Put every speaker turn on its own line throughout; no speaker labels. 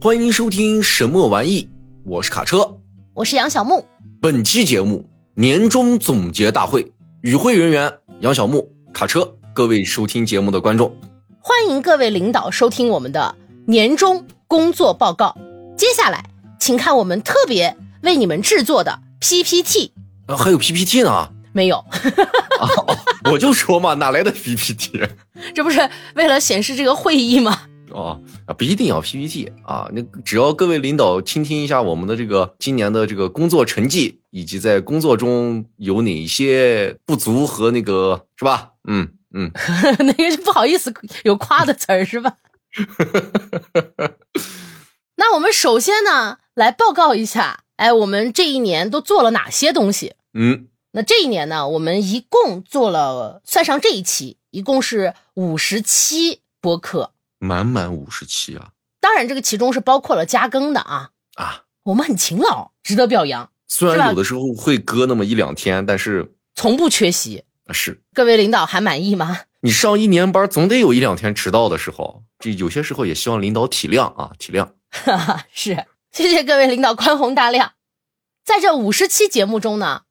欢迎收听什么玩意？我是卡车。
我是杨小木。
本期节目年终总结大会，与会人员杨小木、卡车，各位收听节目的观众，
欢迎各位领导收听我们的年终工作报告。接下来，请看我们特别为你们制作的 PPT。
啊，还有 PPT 呢？ 啊，
没有，
哦我就说嘛，哪来的 PPT
这不是为了显示这个会议吗？
哦，啊，不一定要 PPT 啊，那只要各位领导倾听一下我们的这个今年的这个工作成绩，以及在工作中有哪些不足和那个是吧？嗯嗯，
那个就不好意思有夸的词儿是吧？那我们首先呢，来报告一下，哎，我们这一年都做了哪些东西？
嗯，
那这一年呢，我们一共做了，算上这一期，一共是五十期播客。
满满五十期啊
当然，这个其中是包括了加更的啊。
啊！
我们很勤劳，值得表扬，
虽
是吧
然有的时候会搁那么一两天，但是
从不缺席。
啊是
各位领导还满意吗？
你上一年班总得有一两天迟到的时候，这有些时候也希望领导体谅啊，体谅。
哈哈，是，谢谢各位领导宽宏大量。在这五十期节目中呢，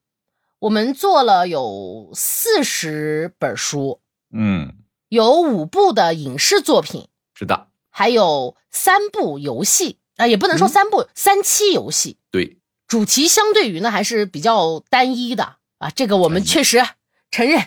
我们做了有四十本书，
嗯，
有五部的影视作品，
是的，
还有三部游戏啊、也不能说
嗯
三部，三期游戏。
对，
主题相对于呢还是比较单一的啊，这个我们
单一
确实承认。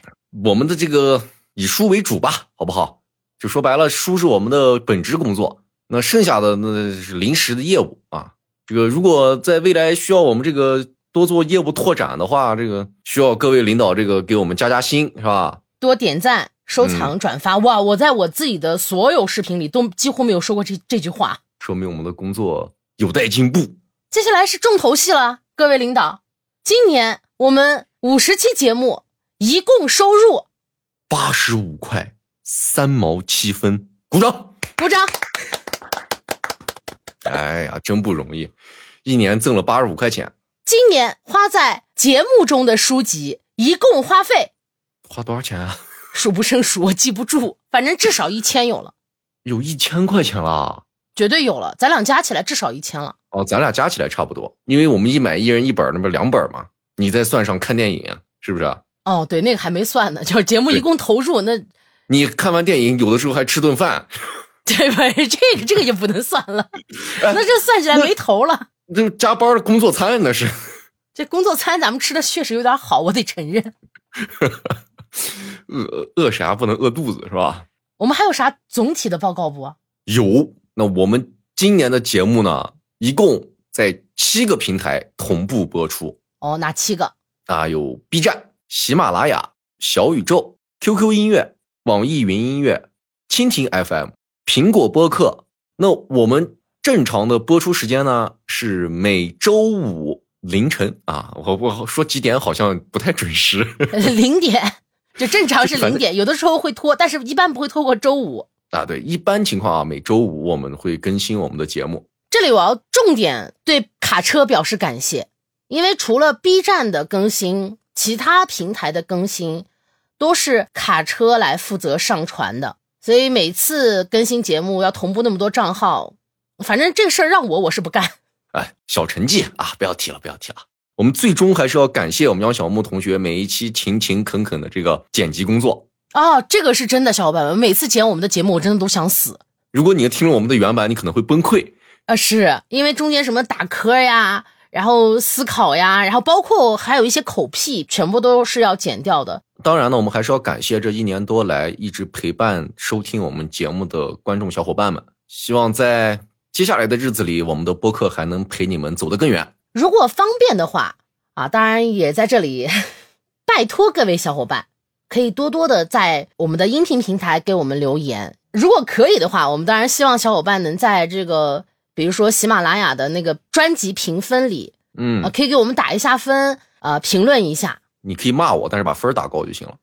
我们的这个以书为主吧，好不好？就说白了，书是我们的本职工作，那剩下的那是临时的业务啊。这个如果在未来需要我们这个多做业务拓展的话，这个需要各位领导这个给我们加加薪，是吧？
多点赞、收藏、转发。哇，我在我自己的所有视频里都几乎没有说过这这句话。
说明我们的工作有待进步。
接下来是重头戏了，各位领导，今年我们五十期节目一共收入，
八十五块三毛七分，鼓掌！
鼓掌！
哎呀，真不容易，一年挣了八十五块钱，
今年花在节目中的书籍一共花费
花多少钱啊？
数不胜数，我记不住，反正至少一千有了，
有一千块钱啦！
绝对有了。咱俩加起来至少一千了。
哦，咱俩加起来差不多，因为我们一买一人一本，那不两本嘛？你再算上看电影，啊是不是？
哦，对，那个还没算呢，就是节目一共投入那。
你看完电影，有的时候还吃顿饭，
对吧？这个这个也不能算了，那这算起来没头了。
这加班的工作餐那是。
这工作餐咱们吃的确实有点好，我得承认。
饿饿啥不能饿肚子是吧？
我们还有啥总体的报告啊不？
有。那我们今年的节目呢，一共在七个平台同步播出。
哦，哪七个？
啊，有 B 站、喜马拉雅、小宇宙、QQ 音乐、网易云音乐、蜻蜓 FM、苹果播客。那我们正常的播出时间呢是每周五凌晨啊，我我说几点好像不太准时
呃零点，就正常是
反
零
正
点，有的时候会拖，但是一般不会拖过周五。
啊。对，一般情况啊，每周五我们会更新我们的节目。
这里我要重点对卡车表示感谢，因为除了 B 站的更新，其他平台的更新都是卡车来负责上传的，所以每次更新节目要同步那么多账号，反正这事儿让我我是不干。
哎，小成绩啊，不要提了，不要提了。我们最终还是要感谢我们杨小木同学每一期勤勤恳恳的这个剪辑工作。
哦，这个是真的，小伙伴们，每次剪我们的节目，我真的都想死。
如果你听了我们的原版，你可能会崩溃。
啊，是因为中间什么打磕呀，然后思考呀，然后包括还有一些口癖，全部都是要剪掉的。
当然呢，我们还是要感谢这一年多来一直陪伴、收听我们节目的观众小伙伴们。希望在接下来的日子里，我们的播客还能陪你们走得更远。
如果方便的话啊，当然也在这里拜托各位小伙伴，可以多多的在我们的音频平台给我们留言。如果可以的话，我们当然希望小伙伴能在这个，比如说喜马拉雅的那个专辑评分里啊，
嗯，
可以给我们打一下分，呃，评论一下。
你可以骂我，但是把分儿打高就 行了。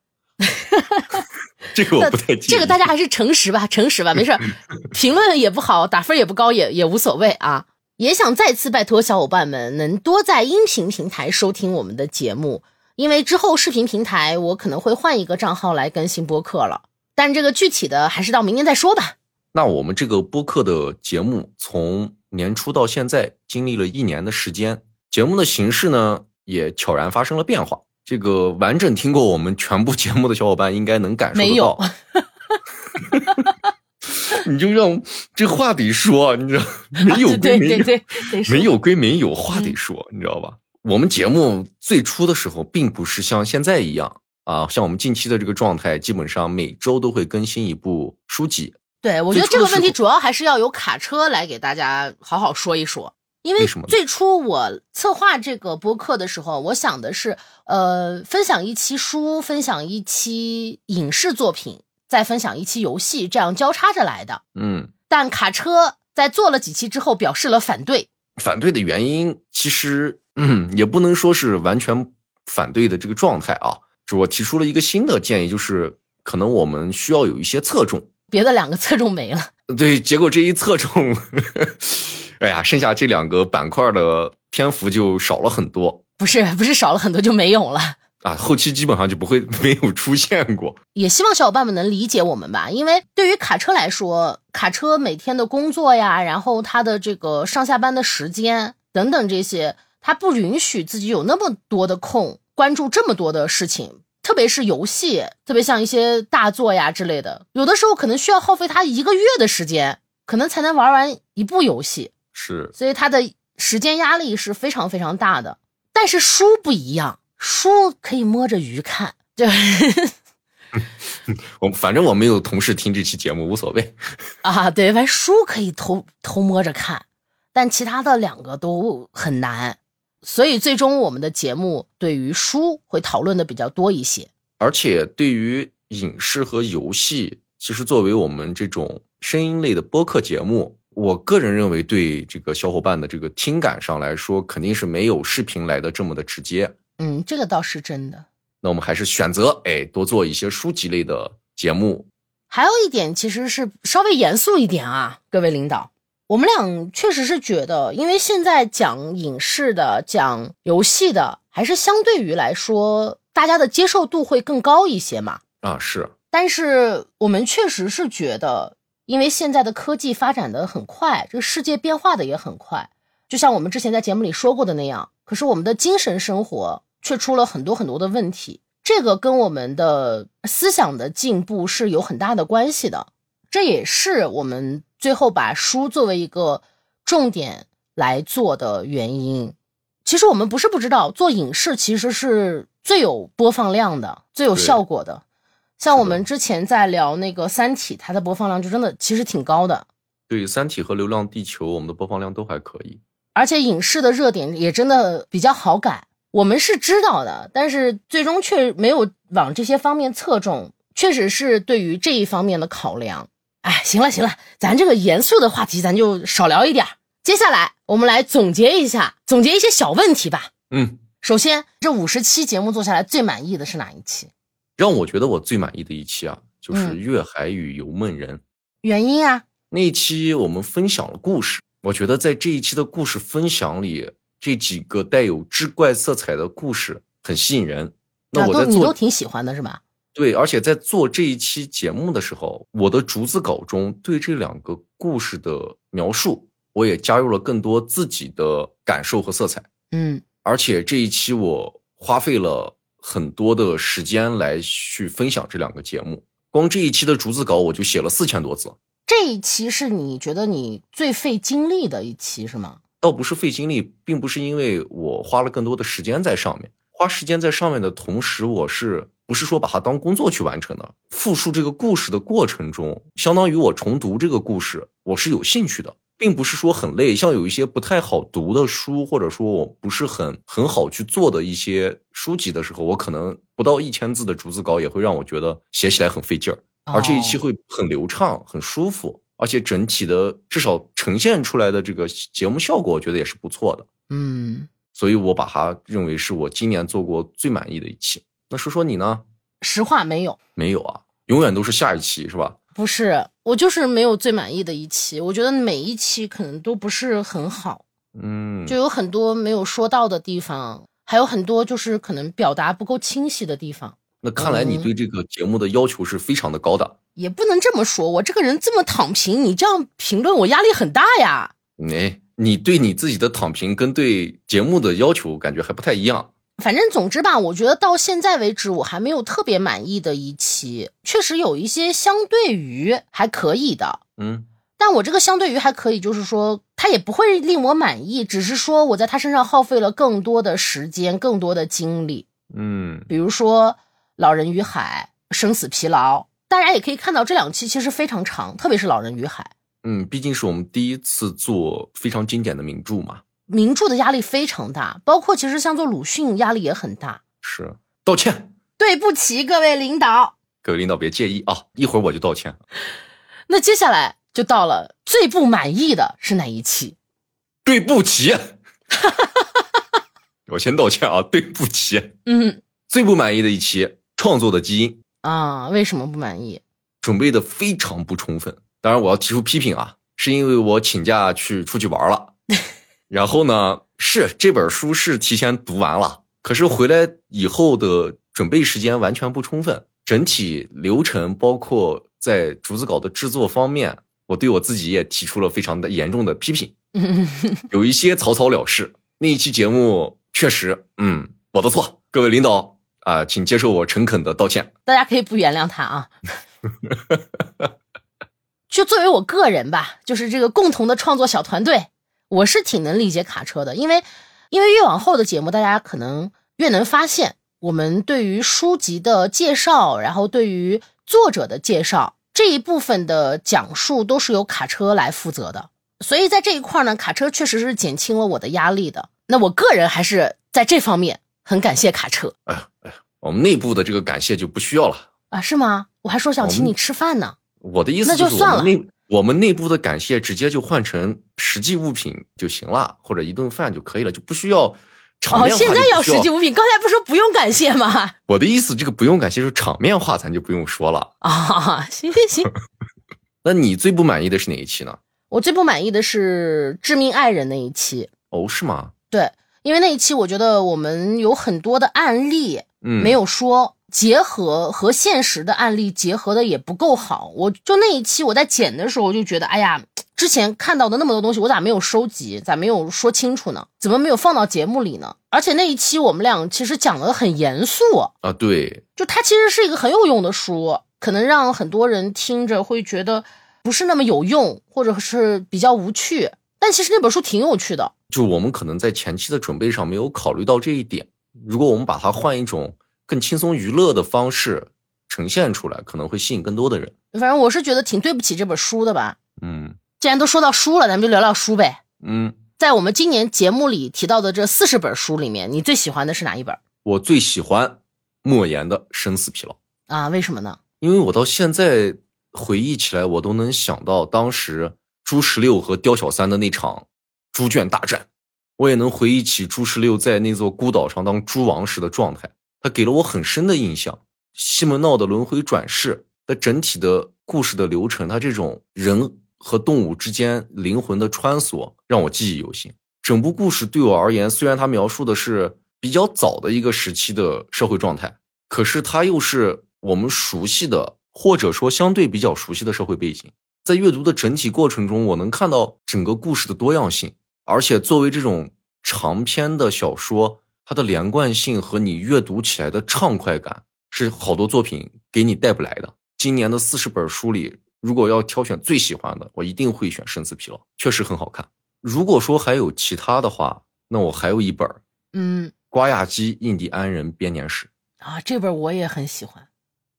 这个我不太
这个大家还是诚实吧，诚实吧，没事儿， 评论也不好，打分也不高，也也无所谓啊。也想再次拜托小伙伴们，能多在音频平台收听我们的节目，因为之后视频平台我可能会换一个账号来更新播客了，但这个具体的还是到明年再说吧。
那我们这个播客的节目从年初到现在，经历了一年的时间，节目的形式呢也悄然发生了变化。这个完整听过我们全部节目的小伙伴应该能感受
没
得
有
到。你就让这话得说，啊你知 道，没有归
啊对
没有，
对 对，嗯得说
没有归没有，话得说，你知道吧？我们节目最初的时候，并不是像现在一样啊，像我们近期的这个状态，基本上每周都会更新一部书籍。
对，我觉
最
得
初
这个
的时
问题
候
主要还是要由卡车来给大家好好说一说，因为
为什么呢
最初我策划这个播客的时候，我想的是，呃，分享一期书，分享一期影视作品，再分享一期游戏，这样交叉着来的。
嗯，
但卡车在做了几期之后表示了反对，
反对的原因其实，嗯，也不能说是完全反对的这个状态啊，就我提出了一个新的建议，就是可能我们需要有一些侧重。
别的两个侧重没了。
对，结果这一侧重， 哎呀，剩下这两个板块的篇幅就少了很多
不是不是少了很多就没有了。
啊，后期基本上就不会 没有出现过。
也希望小伙伴们能理解我们吧，因为对于卡车来说，卡车每天的工作呀，然后他的这个上下班的时间等等这些，他不允许自己有那么多的空关注这么多的事情，特别是游戏，特别像一些大作呀之类的，有的时候可能需要耗费他一个月的时间，可能才能玩完一部游戏。
是，
所以他的时间压力是非常非常大的。但是书不一样，书可以摸着鱼看， 对
我反正我没有同事听这期节目，无所谓。
啊，对，反正书可以偷偷摸着看，但其他的两个都很难。所以最终我们的节目对于书会讨论的比较多一些。
而且对于影视和游戏，其实作为我们这种声音类的播客节目，我个人认为对这个小伙伴的这个听感上来说，肯定是没有视频来的这么的直接。
嗯，这个倒是真的。
那我们还是选择哎多做一些书籍类的节目，
还有一点其实是稍微严肃一点啊，各位领导，我们俩确实是觉得，因为现在讲影视的、讲游戏的，还是相对于来说，大家的接受度会更高一些嘛。
啊，是
但是我们确实是觉得，因为现在的科技发展的很快，这个世界变化的也很快，就像我们之前在节目里说过的那样，可是我们的精神生活却出了很多很多的问题，这个跟我们的思想的进步是有很大的关系的。这也是我们最后把书作为一个重点来做的原因。其实我们不是不知道，做影视其实是最有播放量的、最有
对
效果的。像
是
我
的
们之前在聊那个《三体》，它的播放量就真的其实挺高的，
对《三体》和《流浪地球》，我们的播放量都还可以。
而且影视的热点也真的比较好改。我们是知道的，但是最终却没有往这些方面侧重，确实是对于这一方面的考量。哎，行了行了，咱这个严肃的话题咱就少聊一点儿。接下来我们来总结一下，总结一些小问题吧。
嗯，
首先，这五十期节目做下来，最满意的是哪一期？
让我觉得我最满意的一期啊，就是《
嗯
月海与游梦人》
原因啊，
那一期，我们分享了故事。我觉得在这一期的故事分享里，这几个带有志怪色彩的故事很吸引人。那
啊
我
都
在
你都
做
挺喜欢的是吧？
对，而且在做这一期节目的时候，我的逐字稿中对这两个故事的描述，我也加入了更多自己的感受和色彩。
嗯，
而且这一期我花费了很多的时间来去分享这两个节目，光这一期的逐字稿我就写了四千多字，
这一期是你觉得你最费精力的一期是吗？
倒不是费精力，并不是因为我花了更多的时间在上面，花时间在上面的同时，我是不是说把它当工作去完成的？复述这个故事的过程中，相当于我重读这个故事，我是有兴趣的，并不是说很累。像有一些不太好读的书，或者说我不是很很好去做的一些书籍的时候，我可能不到一千字的逐字稿也会让我觉得写起来很费劲儿。而这一期
哦
会很流畅、很舒服，而且整体的至少呈现出来的这个节目效果，我觉得也是不错的。
嗯，
所以我把它认为是我今年做过最满意的一期。那说说你呢？
实话没有，
没有啊，永远都是下一期是吧？
不是我就是没有最满意的一期，我觉得每一期可能都不是很好，
嗯，
就有很多没有说到的地方，还有很多就是可能表达不够清晰的地方。嗯
那看来你对这个节目的要求是非常的高的。
也不能这么说，我这个人这么躺平，你这样评论我压力很大呀。
哎，你对你自己的躺平跟对节目的要求感觉还不太一样。
反正总之吧，我觉得到现在为止，我还没有特别满意的一期，确实有一些相对于还可以的，
嗯，
但我这个相对于还可以，就是说它也不会令我满意，只是说我在它身上耗费了更多的时间、更多的精力。
嗯，
比如说《老人与海》《生死疲劳》，大家也可以看到这两期其实非常长，特别是《老人与海》
嗯，毕竟是我们第一次做非常经典的名著嘛。
名著的压力非常大，包括其实像做鲁迅压力也很大。
是，道歉，
对不起各位领导，
各位领导别介意啊，一会儿我就道歉。
那接下来就到了最不满意的是哪一期？
对不起， 我先道歉啊，对不起。
嗯
最不满意的一期，创作的基因
啊，为什么不满意？
准备的非常不充分。当然，我要提出批评啊，是因为我请假去出去玩了，然后呢，是这本书是提前读完了，可是回来以后的准备时间完全不充分，整体流程包括在逐字稿的制作方面，我对我自己也提出了非常的严重的批评。
嗯，
有一些草草了事。那一期节目确实，嗯，我的错，各位领导啊、请接受我诚恳的道歉。
大家可以不原谅他啊。就作为我个人吧，就是这个共同的创作小团队，我是挺能理解卡车的，因为因为越往后的节目，大家可能越能发现，我们对于书籍的介绍，然后对于作者的介绍这一部分的讲述，都是由卡车来负责的。所以在这一块呢，卡车确实是减轻了我的压力的。那我个人还是在这方面很感谢卡车
我们内部的这个感谢就不需要了。
啊，是吗？我还说想请
我们
你吃饭呢。
我的意思
那就是
我
算
们内我们内部的感谢直接就换成实际物品就行了，或者一顿饭就可以了，就不需要场
哦，
面化。
现在
也
要
不需
实际物品，刚才不是说不用感谢吗？
我的意思，这个不用感谢，就是场面化，咱就不用说了。
啊，行行行，
那你最不满意的是哪一期呢？
我最不满意的是《致命爱人》那一期，
哦，是吗？
对，因为那一期我觉得我们有很多的案例
嗯，
没有说。结合和现实的案例结合的也不够好，我就那一期我在剪的时候我就觉得，哎呀，之前看到的那么多东西，我咋没有收集，咋没有说清楚呢？怎么没有放到节目里呢？而且那一期我们俩其实讲的很严肃，
啊，对，
就它其实是一个很有用的书，可能让很多人听着会觉得不是那么有用，或者是比较无趣。但其实那本书挺有趣的，
就我们可能在前期的准备上没有考虑到这一点。如果我们把它换一种更轻松娱乐的方式呈现出来，可能会吸引更多的人。
反正我是觉得挺对不起这本书的吧。
嗯
既然都说到书了，咱们就聊聊书呗。
嗯，
在我们今年节目里提到的这四十本书里面，你最喜欢的是哪一本
我最喜欢莫言的《生死疲劳》，
啊？为什么呢？
因为我到现在回忆起来，我都能想到当时朱十六和刁小三的那场猪圈大战，我也能回忆起朱十六在那座孤岛上当猪王时的状态，他给了我很深的印象。西门闹的轮回转世的整体的故事的流程，它这种人和动物之间灵魂的穿梭，让我记忆犹新。整部故事对我而言，虽然它描述的是比较早的一个时期的社会状态，可是它又是我们熟悉的，或者说相对比较熟悉的社会背景。在阅读的整体过程中，我能看到整个故事的多样性，而且作为这种长篇的小说，它的连贯性和你阅读起来的畅快感是好多作品给你带不来的。今年的四十本书里，如果要挑选最喜欢的，我一定会选《生死疲劳》，确实很好看。如果说还有其他的话，那我还有一本《
嗯
瓜亚基印第安人编年史》。
啊，这本我也很喜欢，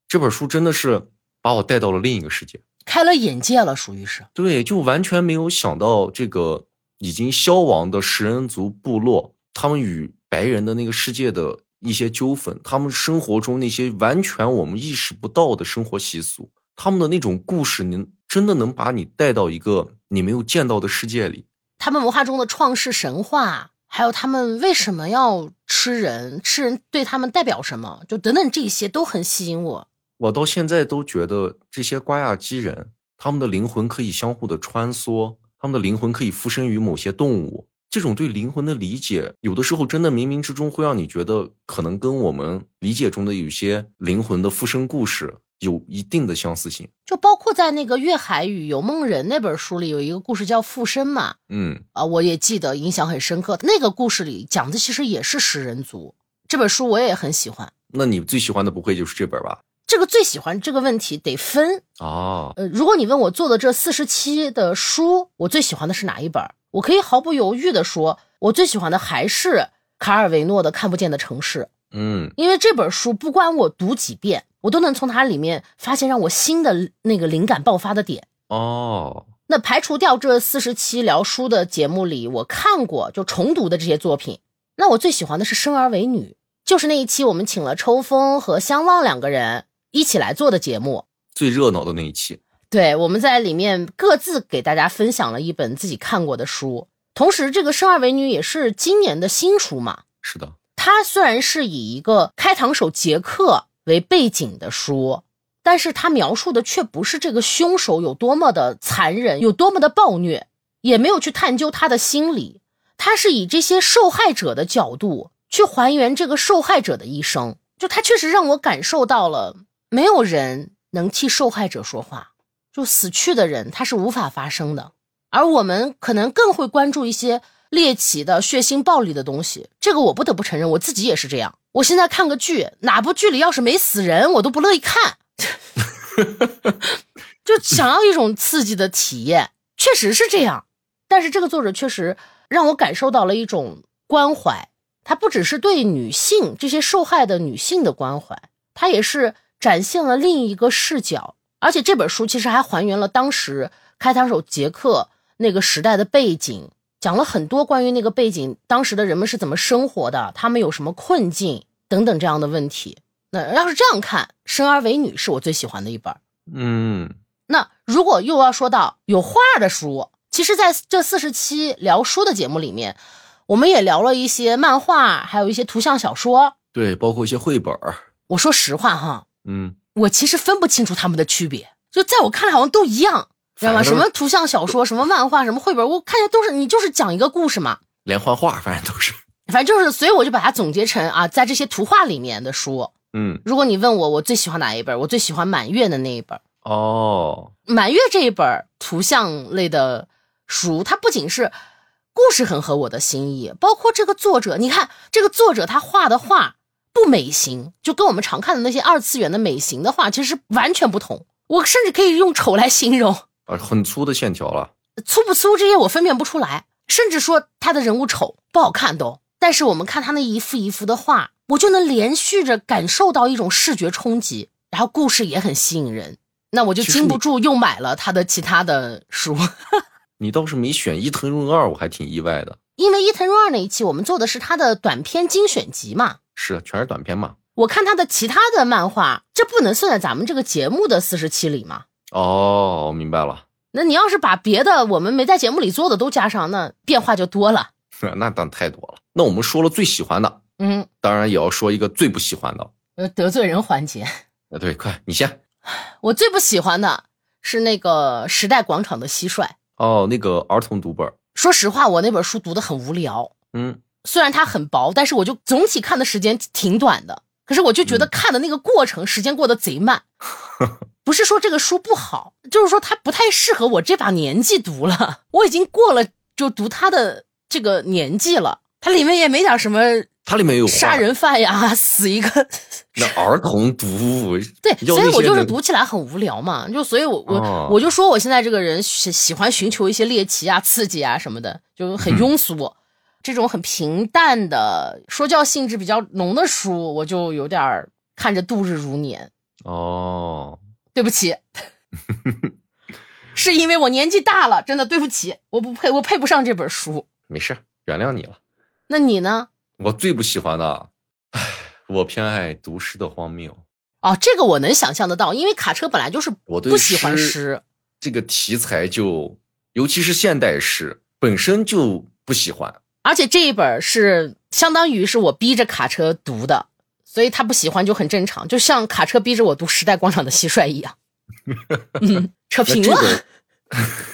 这本书真的是把我带到了另一个世界。
开了眼界了，属于是。
对，就完全没有想到这个已经消亡的食人族部落，他们与白人的那个世界的一些纠纷，他们生活中那些完全我们意识不到的生活习俗，他们的那种故事，能真的能把你带到一个你没有见到的世界里。
他们文化中的创世神话，还有他们为什么要吃人，吃人对他们代表什么，就等等这些都很吸引我。
我到现在都觉得这些瓜亚基人，他们的灵魂可以相互的穿梭，他们的灵魂可以附身于某些动物。这种对灵魂的理解，有的时候真的冥冥之中会让你觉得，可能跟我们理解中的有些灵魂的附身故事有一定的相似性。
就包括在那个《粤海与游梦人》那本书里有一个故事叫《附身》嘛，
嗯
啊，我也记得印象很深刻。那个故事里讲的其实也是食人族，这本书我也很喜欢。
那你最喜欢的不会就是这本吧？
这个最喜欢这个问题得分，
哦，
呃，如果你问我做的这四十七的书，我最喜欢的是哪一本儿？我可以毫不犹豫地说，我最喜欢的还是卡尔维诺的《看不见的城市》，
嗯
因为这本书不管我读几遍，我都能从它里面发现让我新的那个灵感爆发的点。
哦，
那排除掉这四十期聊书的节目里，我看过就重读的这些作品，那我最喜欢的是《生而为女》，就是那一期我们请了抽风和相望两个人一起来做的节目。
最热闹的那一期。
对，我们在里面各自给大家分享了一本自己看过的书，同时这个《生而为女》也是今年的新书嘛。
是的，
它虽然是以一个开膛手杰克为背景的书，但是它描述的却不是这个凶手有多么的残忍，有多么的暴虐，也没有去探究他的心理，它是以这些受害者的角度去还原这个受害者的一生。就它确实让我感受到了，没有人能替受害者说话。就死去的人，他是无法发声的。而我们可能更会关注一些猎奇的、血腥、暴力的东西。这个我不得不承认，我自己也是这样。我现在看个剧，哪部剧里要是没死人，我都不乐意看， 就想要一种刺激的体验。确实是这样，但是这个作者确实让我感受到了一种关怀。他不只是对女性这些受害的女性的关怀，他也是展现了另一个视角。而且这本书其实还还原了当时开膛手杰克那个时代的背景，讲了很多关于那个背景当时的人们是怎么生活的，他们有什么困境等等这样的问题。那要是这样看，《生而为女》是我最喜欢的一本。
嗯，
那如果又要说到有画的书，其实在这四十期聊书的节目里面，我们也聊了一些漫画，还有一些图像小说。
对，包括一些绘本儿。
我说实话哈，
嗯，
我其实分不清楚它们的区别，就在我看来好像都一样，知道吗？
反正
什么图像小说，什么漫画，什么绘本，我看起来都是你就是讲一个故事嘛，
连环画，反正都是。
反正就是，所以我就把它总结成啊，在这些图画里面的书。
嗯，
如果你问我我最喜欢哪一本，我最喜欢满月的那一本。
哦，
满月这一本图像类的书，它不仅是故事很合我的心意，包括这个作者，你看这个作者他画的画不美型，就跟我们常看的那些二次元的美型的画其实完全不同。我甚至可以用丑来形容，
啊，很粗的线条了。
粗不粗这些我分辨不出来，甚至说他的人物丑不好看都。但是我们看他那一幅一幅的画，我就能连续着感受到一种视觉冲击，然后故事也很吸引人，那我就
其实
禁不
你
住又买了他的其他的书。
你倒是没选伊藤润二，我还挺意外的。
因为伊藤润二那一期我们做的是他的短篇精选集嘛，
是，啊全是短片嘛。
我看他的其他的漫画，这不能算在咱们这个节目的四十期里嘛。
哦，我明白了。
那你要是把别的我们没在节目里做的都加上，那变化就多了。
那当然太多了。那我们说了最喜欢的，
嗯，
当然也要说一个最不喜欢的。
呃，得罪人环节，
啊，对，快你先。
我最不喜欢的是那个时代广场的蟋蟀。
哦，那个儿童读本儿。
说实话，我那本书读的很无聊，
嗯，
虽然它很薄，但是我就总体看的时间挺短的。可是我就觉得看的那个过程，时间过得贼慢。不是说这个书不好，就是说它不太适合我这把年纪读了。我已经过了就读它的这个年纪了，它里面也没点什么
它里面有画
杀。人犯呀，死一个，
那儿童读，
对，
要
所以
那
我
些
就是
人
读起来很无聊嘛，就所以我，我
哦
我就说我现在这个人喜喜欢寻求一些猎奇啊、刺激啊什么的，就很庸俗。
嗯
这种很平淡的说教性质比较浓的书，我就有点儿看着度日如年。
哦，
对不起， 是因为我年纪大了，真的对不起，我不配，我配不上这本书。
没事儿，原谅你了。
那你呢？
我最不喜欢的，唉，我偏爱读诗的荒谬。
哦，这个我能想象得到，因为卡车本来就是
我对
不喜欢
诗这个题材就，尤其是现代诗本身就不喜欢。
而且这一本是相当于是我逼着卡车读的，所以他不喜欢就很正常，就像卡车逼着我读《时代广场的蟋蟀》一样。嗯，扯
那
平
这
了。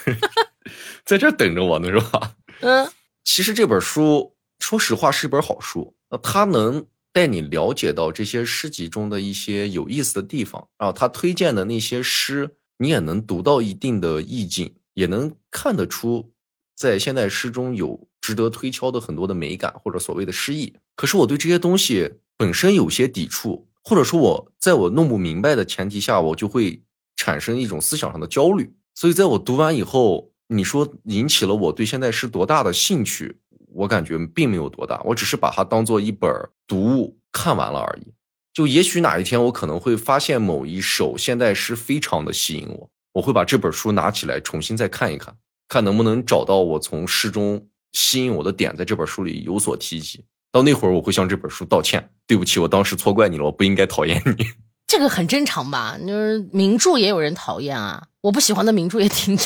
本 在这儿等着我呢，是吧？
嗯
其实这本书，说实话是一本好书，那它能带你了解到这些诗集中的一些有意思的地方啊，他推荐的那些诗，你也能读到一定的意境，也能看得出在现代诗中有值得推敲的很多的美感或者所谓的诗意。可是我对这些东西本身有些抵触，或者说我在我弄不明白的前提下，我就会产生一种思想上的焦虑。所以在我读完以后，你说引起了我对现代诗多大的兴趣？我感觉并没有多大，我只是把它当做一本读物看完了而已。就也许哪一天我可能会发现某一首现代诗非常的吸引我，我会把这本书拿起来重新再看一看，看能不能找到我从诗中吸引我的点，在这本书里有所提及。到那会儿，我会向这本书道歉，对不起，我当时错怪你了，我不应该讨厌你。
这个很正常吧？就是名著也有人讨厌啊，我不喜欢的名著也挺，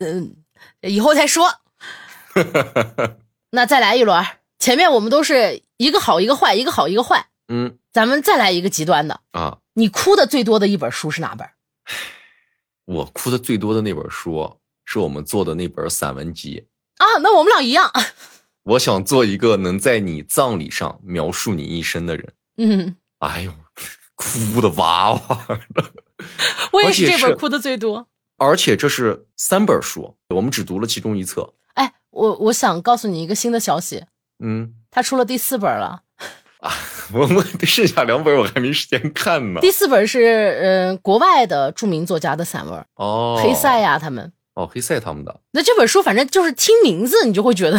嗯，以后 再说。那再来一轮，前面我们都是一个好一个坏，一个好一个坏，
嗯
咱们再来一个极端的。
啊，
你哭的最多的一本书是哪本？
我哭的最多的那本书是我们做的那本散文集。
啊，那我们俩一样。
我想做一个能在你葬礼上描述你一生的人。
嗯，
哎呦，哭的哇哇的。
我也是这
而且
本
是
哭的最多。
而且这是三本书，我们只读了其中一册。
哎，我我想告诉你一个新的消息，
嗯，
他出了第四本了。
我我 剩下两本我还没时间看呢。
第四本是呃国外的著名作家的散文，
哦，
黑塞啊呀、他们。
哦，黑塞他们的
那这本书反正就是听名字你就会觉得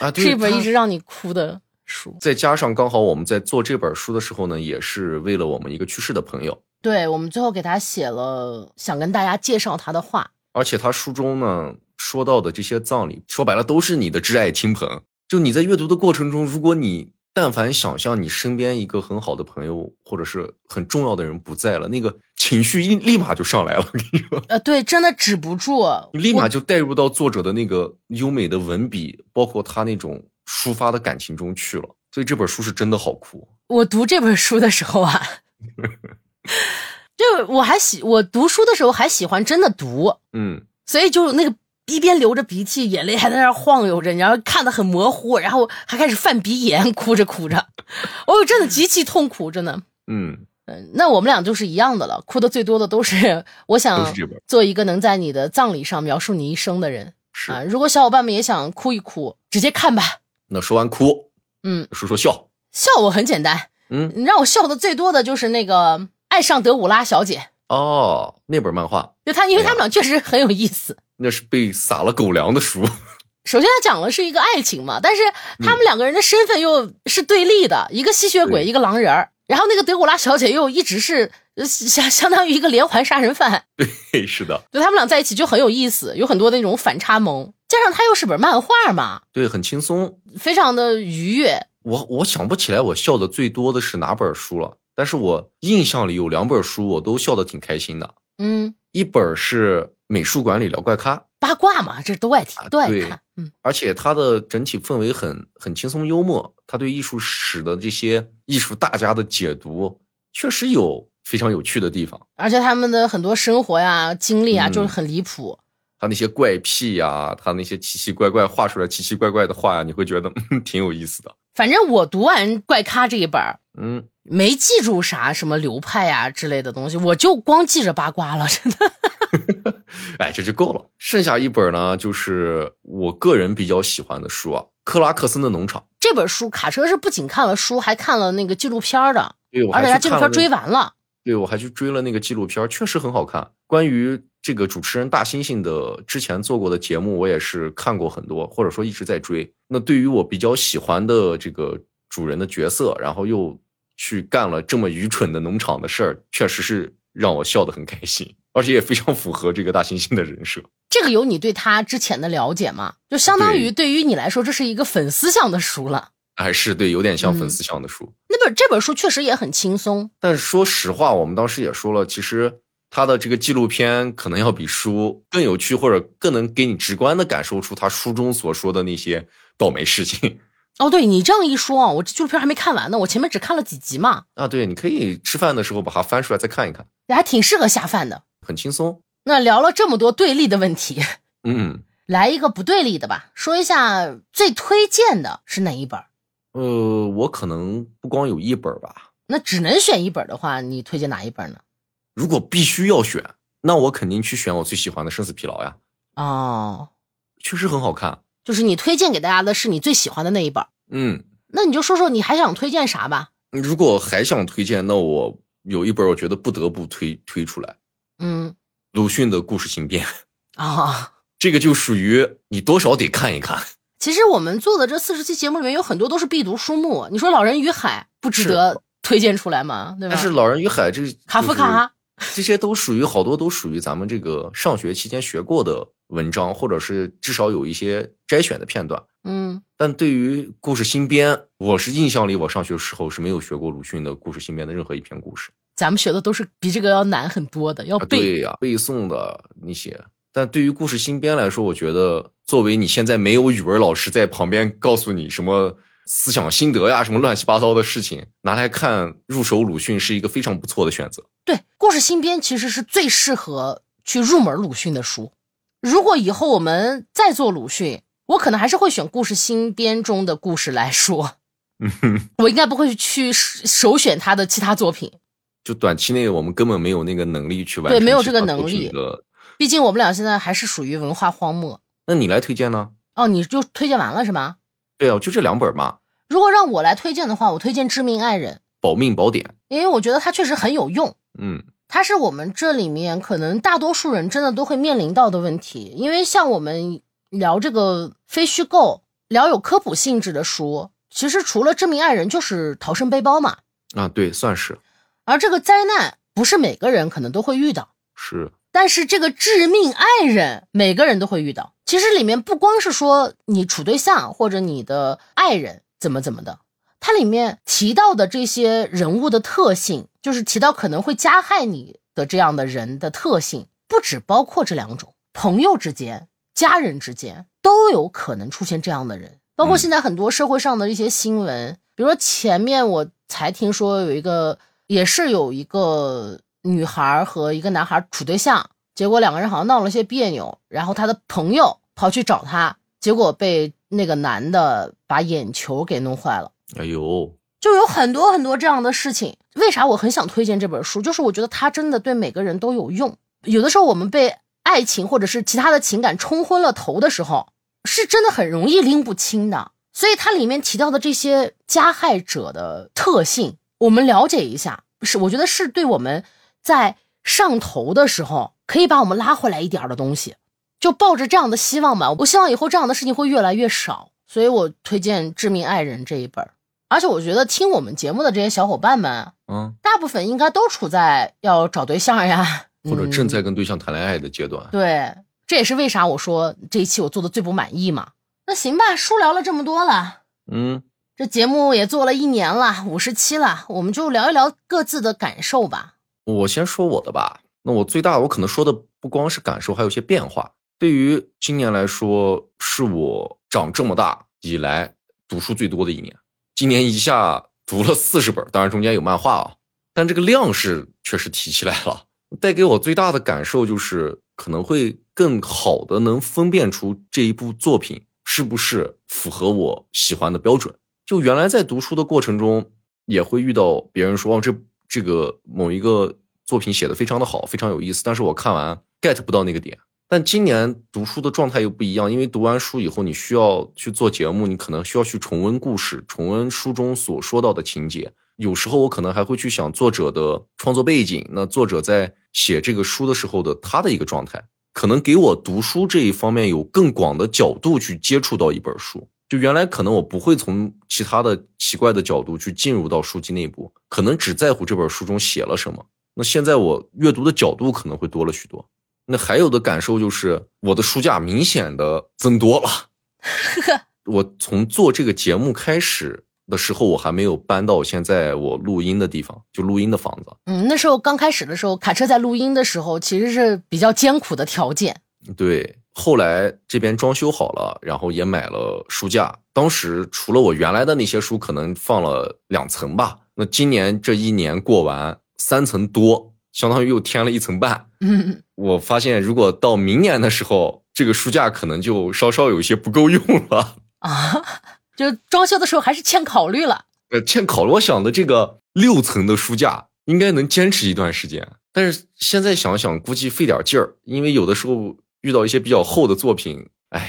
啊， 对
是一本
他
一直让你哭的书。
再加上刚好我们在做这本书的时候呢，也是为了我们一个去世的朋友，
对我们最后给他写了想跟大家介绍他 的话，
而且他书中呢说到的这些葬礼，说白了都是你的挚爱亲朋。就你在阅读的过程中，如果你但凡想象你身边一个很好的朋友或者是很重要的人不在了，那个情绪一 立马就上来了。我跟你说，
呃，对，真的止不住，
你立马就带入到作者的那个优美的文笔，包括他那种抒发的感情中去了。所以这本书是真的好哭。
我读这本书的时候啊， 就我还喜我读书的时候还喜欢真的读，
嗯，
所以就那个一边流着鼻涕，眼泪还在那儿晃悠着，然后看得很模糊，然后还开始犯鼻炎，哭着哭着， 哦，真的极其痛苦，真的。
嗯，
嗯，那我们俩就是一样的了，哭的最多的都是我
都
想
是这本，
做一个能在你的葬礼上描述你一生的人
是。
啊。如果小伙伴们也想哭一哭，直接看吧。
那说完哭，
嗯，
说说笑。
笑我很简单，
嗯，
你让我笑的最多的就是那个爱上德古拉小姐，
哦，那本漫画
就她，因为
哎呀
他们俩确实很有意思。
那是被撒了狗粮的书。
首先，他讲的是一个爱情嘛，但是他们两个人的身份又是对立的，一个吸血鬼，
对
一个狼人儿。然后那个德古拉小姐又一直是呃相相当于一个连环杀人犯，
嘿，是的，
就他们俩在一起就很有意思，有很多的那种反差萌。加上它又是本漫画嘛，
对，很轻松。
非常的愉悦。
我我想不起来我笑的最多的是哪本书了，但是我印象里有两本书我都笑得挺开心的，
嗯，
一本是《美术馆里聊怪咖》，
八卦嘛，这都爱听，都爱
啊对
看。嗯，
而且它的整体氛围很很轻松幽默，它对艺术史的这些艺术大家的解读确实有非常有趣的地方，
而且他们的很多生活呀、经历啊，
嗯
就是很离谱。
他那些怪癖呀、他那些奇奇怪怪画出来奇奇怪怪的话呀、你会觉得 嗯挺有意思的。
反正我读完《怪咖》这一本儿，
嗯，
没记住啥什么流派呀、之类的东西，我就光记着八卦了，真的。
哎，这就够了。剩下一本呢，就是我个人比较喜欢的书啊，《克拉克森的农场》。
这本书卡车是不仅看了书，还看了那个纪录片儿的，
对，我
而
还
啊且他
去
纪录
看
片
了
儿追
那个，
完了。
对我还去追了那个纪录片儿，确实很好看。关于这个主持人大猩猩的之前做过的节目，我也是看过很多，或者说一直在追。那对于我比较喜欢的这个主人的角色，然后又去干了这么愚蠢的农场的事儿，确实是让我笑得很开心，而且也非常符合这个大猩猩的人设。
这个有你对他之前的了解吗？就相当于
对
对于你来说，这是一个粉丝向的书了。
还哎是对，有点像
嗯
粉丝向的书。
那本这本书确实也很轻松，
但是说实话，我们当时也说了，其实他的这个纪录片可能要比书更有趣，或者更能给你直观的感受出他书中所说的那些倒霉事情
哦，对你这样一说啊，我这纪录片还没看完呢，我前面只看了几集嘛，
啊。对，你可以吃饭的时候把它翻出来再看一看，
还挺适合下饭的。
很轻松。
那聊了这么多对立的问题，
嗯，
来一个不对立的吧，说一下最推荐的是哪一本？
呃，我可能不光有一本儿吧。
那只能选一本的话，你推荐哪一本呢？
如果必须要选，那我肯定去选我最喜欢的《生死疲劳》呀，
哦，
确实很好看。
就是你推荐给大家的是你最喜欢的那一本，
嗯，
那你就说说你还想推荐啥吧。
如果还想推荐，那我有一本我觉得不得不推推出来，
嗯，
鲁迅的《故事形变》，
哦，
这个就属于你多少得看一看。
其实我们做的这四十期节目里面有很多都是必读书目，你说《老人与海》不值得推荐出来吗？对吧？
但是《老人与海》这
卡夫卡，
这些都属于好多都属于咱们这个上学期间学过的文章，或者是至少有一些摘选的片段。
嗯
但对于故事新编，我是印象里我上学时候是没有学过鲁迅的故事新编的任何一篇故事。
咱们学的都是比这个要难很多的，要
啊，
背。
对呀、背诵的那些。但对于故事新编来说，我觉得作为你现在没有语文老师在旁边告诉你什么思想心得呀、什么乱七八糟的事情，拿来看入手鲁迅是一个非常不错的选择。
对，故事新编其实是最适合去入门鲁迅的书。如果以后我们再做鲁迅，我可能还是会选故事新编中的故事来说。嗯 我应该不会去首选他的其他作品，
就短期内我们根本没有那个能力去完
对
成
没有
其
这个
他
能
作品
力
的。
毕竟我们俩现在还是属于文化荒漠。
那你来推荐呢？
哦，你就推荐完了是吗？
对啊，就这两本嘛，
如果让我来推荐的话，我推荐《致命爱人》，
《保命宝典》。
因为我觉得它确实很有用。
嗯，
它是我们这里面可能大多数人真的都会面临到的问题，因为像我们聊这个非虚构、聊有科普性质的书，其实除了《致命爱人》就是《逃生背包》嘛。
啊，对，算是
而这个灾难不是每个人可能都会遇到，
是，
但是这个致命爱人每个人都会遇到。其实里面不光是说你处对象或者你的爱人怎么怎么的，它里面提到的这些人物的特性，就是提到可能会加害你的这样的人的特性，不只包括这两种，朋友之间、家人之间都有可能出现这样的人。包括
嗯
现在很多社会上的一些新闻，比如说前面我才听说有一个，也是有一个女孩和一个男孩处对象，结果两个人好像闹了些别扭，然后他的朋友跑去找他，结果被那个男的把眼球给弄坏了。
哎呦，
就有很多很多这样的事情。为啥我很想推荐这本书？就是我觉得它真的对每个人都有用。有的时候我们被爱情或者是其他的情感冲昏了头的时候，是真的很容易拎不清的。所以它里面提到的这些加害者的特性，我们了解一下，是我觉得是对我们在上头的时候，可以把我们拉回来一点儿的东西。就抱着这样的希望吧，我希望以后这样的事情会越来越少，所以我推荐《致命爱人》这一本儿。而且我觉得听我们节目的这些小伙伴们，
嗯，
大部分应该都处在要找对象呀，
或者
嗯
正在跟对象谈恋爱的阶段。
对，这也是为啥我说这一期我做的最不满意嘛。那行吧，书聊了这么多了，
嗯，
这节目也做了一年了，五十期了，我们就聊一聊各自的感受吧。
我先说我的吧。那我最大的，我可能说的不光是感受，还有一些变化。对于今年来说，是我长这么大以来读书最多的一年。今年一下读了四十本，当然中间有漫画啊，但这个量是确实提起来了。带给我最大的感受就是，可能会更好的能分辨出这一部作品是不是符合我喜欢的标准。就原来在读书的过程中，也会遇到别人说哦，这这个某一个作品写的非常的好，非常有意思，但是我看完 get 不到那个点。但今年读书的状态又不一样，因为读完书以后，你需要去做节目，你可能需要去重温故事，重温书中所说到的情节。有时候我可能还会去想作者的创作背景，那作者在写这个书的时候的他的一个状态，可能给我读书这一方面有更广的角度去接触到一本书。就原来可能我不会从其他的奇怪的角度去进入到书籍内部，可能只在乎这本书中写了什么。那现在我阅读的角度可能会多了许多。那还有的感受就是，我的书架明显的增多了。我从做这个节目开始的时候，我还没有搬到现在我录音的地方，就录音的房子。
嗯，那时候刚开始的时候，卡车在录音的时候其实是比较艰苦的条件。
对，后来这边装修好了，然后也买了书架。当时除了我原来的那些书，可能放了两层吧。那今年这一年过完，三层多，相当于又添了一层半。
嗯，
我发现，如果到明年的时候，这个书架可能就稍稍有一些不够用了。
啊，就装修的时候还是欠考虑了。
呃，欠考虑。我想的这个六层的书架应该能坚持一段时间，但是现在想想，估计费点劲儿，因为有的时候遇到一些比较厚的作品，哎呀，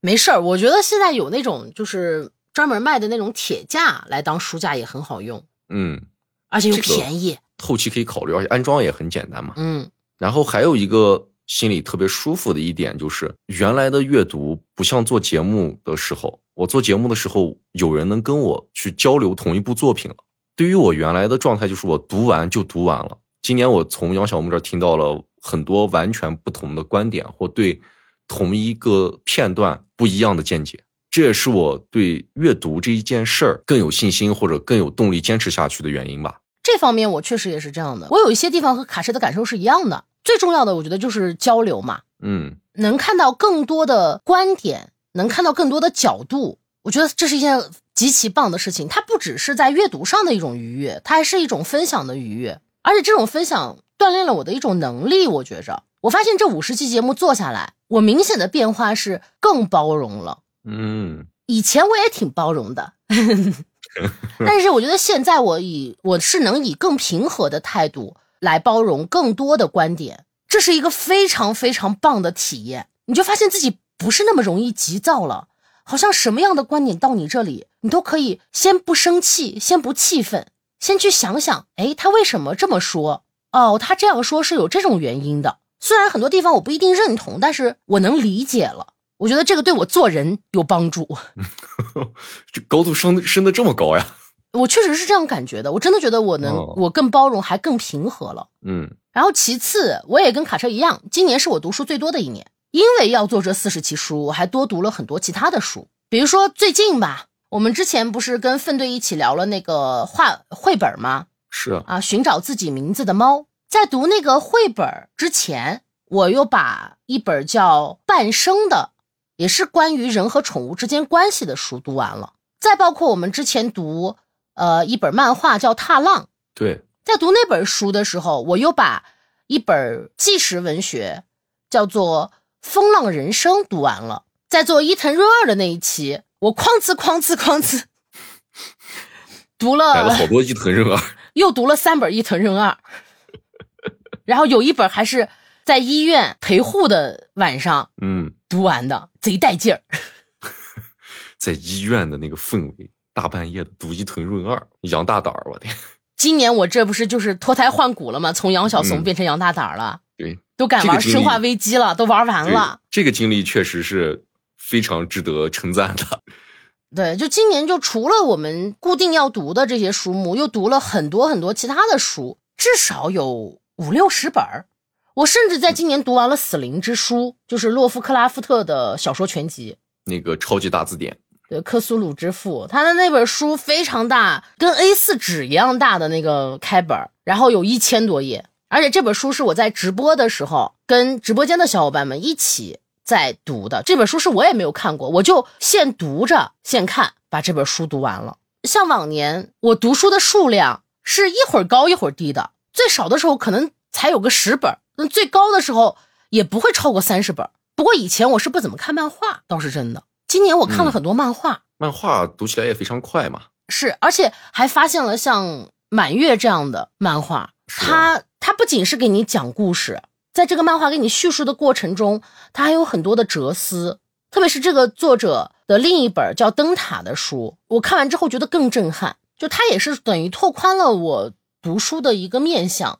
没事儿，我觉得现在有那种就是专门卖的那种铁架来当书架也很好用，
嗯，
而且又
这个
便宜。
后期可以考虑，而且安装也很简单嘛。
嗯，
然后还有一个心里特别舒服的一点就是，原来的阅读不像做节目的时候，我做节目的时候有人能跟我去交流同一部作品了。对于我原来的状态，就是我读完就读完了。今年我从杨晓木这儿听到了很多完全不同的观点，或对同一个片段不一样的见解。这也是我对阅读这一件事儿更有信心，或者更有动力坚持下去的原因吧。
这方面我确实也是这样的。我有一些地方和卡车的感受是一样的。最重要的，我觉得就是交流嘛，
嗯，
能看到更多的观点，能看到更多的角度，我觉得这是一件极其棒的事情。它不只是在阅读上的一种愉悦，它还是一种分享的愉悦，而且这种分享锻炼了我的一种能力。我觉着，我发现这五十期节目做下来，我明显的变化是更包容了。
嗯，
以前我也挺包容的， 但是我觉得现在我以我是能以更平和的态度来包容更多的观点，这是一个非常非常棒的体验。你就发现自己不是那么容易急躁了，好像什么样的观点到你这里，你都可以先不生气，先不气愤，先去想想，哎，他为什么这么说？哦，他这样说是有这种原因的。虽然很多地方我不一定认同，但是我能理解了。我觉得这个对我做人有帮助。
这高度升升的这么高呀？
我确实是这样感觉的，我真的觉得我能，
哦
我更包容，还更平和了。
嗯。
然后其次，我也跟卡车一样，今年是我读书最多的一年，因为要做这四十期书，我还多读了很多其他的书，比如说最近吧，我们之前不是跟粪队一起聊了那个画绘本吗？
是啊，
啊，寻找自己名字的猫。在读那个绘本之前，我又把一本叫《半生》的，也是关于人和宠物之间关系的书读完了。再包括我们之前读呃一本漫画叫《踏浪》，
对，
在读那本书的时候，我又把一本纪实文学叫做《风浪人生》读完了。在做伊藤润二的那一期，我哐哧哐哧哐哧 读了
买了好多伊藤润 二。
又读了三本伊藤润二，然后有一本还是在医院陪护的晚上
嗯，
读完的，贼带劲儿。
在医院的那个氛围，大半夜的读伊藤润二，杨大胆儿，我天，
今年我这不是就是脱胎换骨了吗？从杨小怂
嗯
变成杨大胆儿了，
对，
都敢
这个
玩《
经历
生化危机》了，都玩完了。
这个经历确实是非常值得称赞的。
对，就今年就除了我们固定要读的这些书目，又读了很多很多其他的书，至少有五六十本儿。我甚至在今年读完了《死灵之书》，就是洛夫克拉夫特的小说全集。
那个超级大字典，
对《克苏鲁之父》，他的那本书非常大，跟 A 4纸一样大的那个开本儿，然后有一千多页。而且这本书是我在直播的时候跟直播间的小伙伴们一起在读的。这本书是我也没有看过，我就现读着现看，把这本书读完了。像往年我读书的数量是一会儿高一会儿低的，最少的时候可能才有个十本儿，那最高的时候也不会超过三十本儿。不过以前我是不怎么看漫画，倒是真的。今年我看了
嗯
很多漫画，
漫画读起来也非常快嘛。
是，而且还发现了像满月这样的漫画，
是啊
它它不仅是给你讲故事，在这个漫画给你叙述的过程中，它还有很多的哲思，特别是这个作者的另一本叫《灯塔》的书，我看完之后觉得更震撼，就它也是等于拓宽了我读书的一个面向。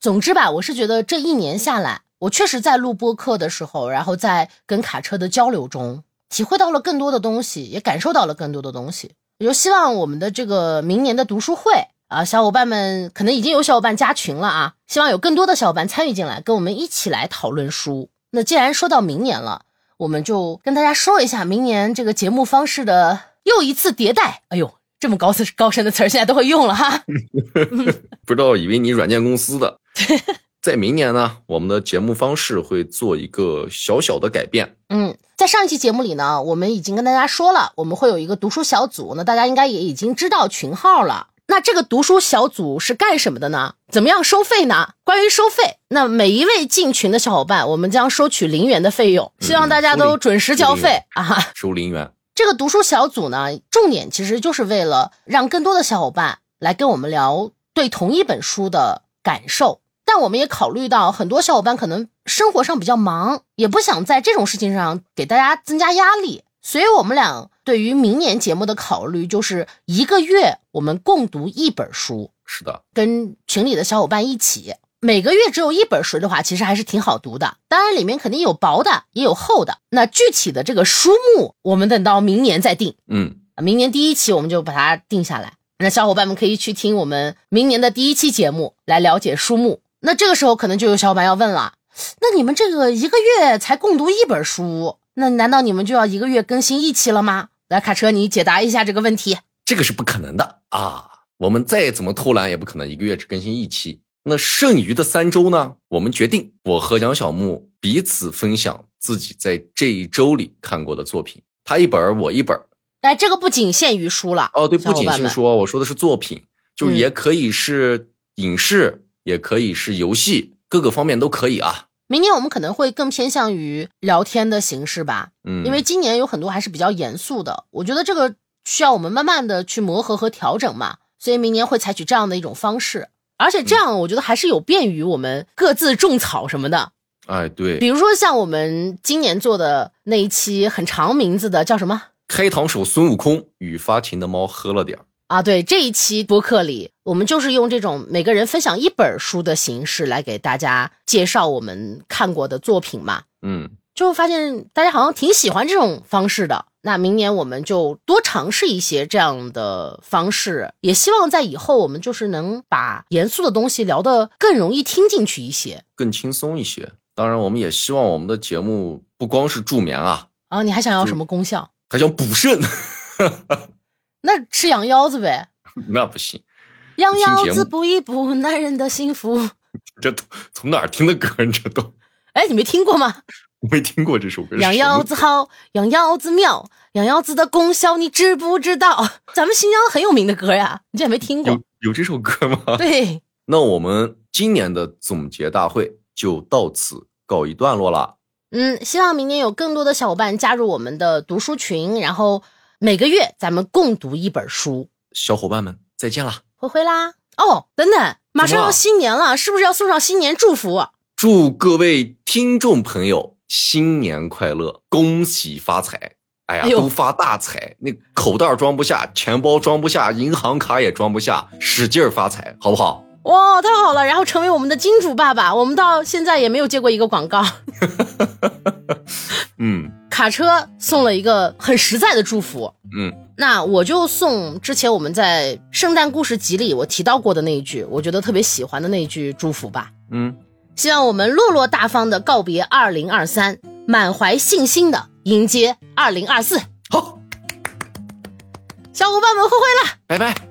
总之吧，我是觉得这一年下来，我确实在录播课的时候，然后在跟卡车的交流中，体会到了更多的东西，也感受到了更多的东西。也就希望我们的这个明年的读书会啊，小伙伴们可能已经有小伙伴加群了啊，希望有更多的小伙伴参与进来，跟我们一起来讨论书。那既然说到明年了，我们就跟大家说一下明年这个节目方式的又一次迭代。哎呦，这么高深高深的词儿现在都会用了哈。
不知道以为你软件公司 的。在明年呢，我们的节目方式会做一个小小的改变。
嗯，在上一期节目里呢，我们已经跟大家说了，我们会有一个读书小组，那大家应该也已经知道群号了。那这个读书小组是干什么的呢？怎么样收费呢？关于收费，那每一位进群的小伙伴，我们将收取零元的费用，希望大大家
收
都
零
准时交费啊。
收零元，
这个读书小组呢，重点其实就是为了让更多的小伙伴来跟我们聊对同一本书的感受。但我们也考虑到，很多小伙伴可能生活上比较忙，也不想在这种事情上给大家增加压力，所以我们俩对于明年节目的考虑就是一个月我们共读一本书，
是的，
跟群里的小伙伴一起。每个月只有一本书的话，其实还是挺好读的。当然，里面肯定有薄的，也有厚的。那具体的这个书目，我们等到明年再定。
嗯，
啊明年第一期我们就把它定下来。那小伙伴们可以去听我们明年的第一期节目，来了解书目。那这个时候可能就有小伙伴要问了：那你们这个一个月才共读一本书，那难道你们就要一个月更新一期了吗？来，卡车，你解答一下这个问题。
这个是不可能的啊！我们再怎么偷懒，也不可能一个月只更新一期。那剩余的三周呢？我们决定，我和杨小木彼此分享自己在这一周里看过的作品，他一本儿，我一本儿。
哎，这个不仅限于书了
哦，对，
小
不
伙
仅
伴
是
们
说，我说的是作品，就是
嗯
也可以是影视，也可以是游戏，各个方面都可以啊。
明年我们可能会更偏向于聊天的形式吧，
嗯，
因为今年有很多还是比较严肃的，我觉得这个需要我们慢慢的去磨合和调整嘛，所以明年会采取这样的一种方式，而且这样我觉得还是有便于我们各自种草什么的，
哎，对，
比如说像我们今年做的那一期很长名字的叫什么
开膛手孙悟空与发情的猫喝了点儿。
啊？对，这一期播客里我们就是用这种每个人分享一本书的形式来给大家介绍我们看过的作品嘛，
嗯，
就发现大家好像挺喜欢这种方式的。那明年我们就多尝试一些这样的方式，也希望在以后我们就是能把严肃的东西聊得更容易听进去一些。
更轻松一些。当然，我们也希望我们的节目不光是助眠啊，
啊，你还想要什么功效？
还想补肾，
那吃羊腰子呗，
那不行。
羊腰
听节
子
目
补一补男人的幸福。
这都从哪儿听的歌？你这都
哎，你没听过吗？
没听过这首歌。
羊腰子好，羊腰子妙，羊腰子的功效你知不知道？咱们新疆很有名的歌呀，你竟然没听过
有？有这首歌吗？
对，
那我们今年的总结大会就到此告一段落了。
嗯，希望明年有更多的小伙伴加入我们的读书群，然后每个月咱们共读一本书。
小伙伴们，再见啦！
灰灰啦，哦，等等，马
怎
上
么
要
了
新年了，是不是要送上新年祝福？
祝各位听众朋友新年快乐，恭喜发财！哎呀，
哎呦
都发大财！那口袋装不下，钱包装不下，银行卡也装不下，使劲儿发财，好不好？
哇，太好了！然后成为我们的金主爸爸，我们到现在也没有接过一个广告。
嗯
卡车送了一个很实在的祝福，
嗯，
那我就送之前我们在《圣诞故事集》里我提到过的那一句，我觉得特别喜欢的那一句祝福吧。
嗯，
希望我们落落大方的告别二零二三，满怀信心的迎接二零二四。
好，
小伙伴们，挥挥啦！
拜拜。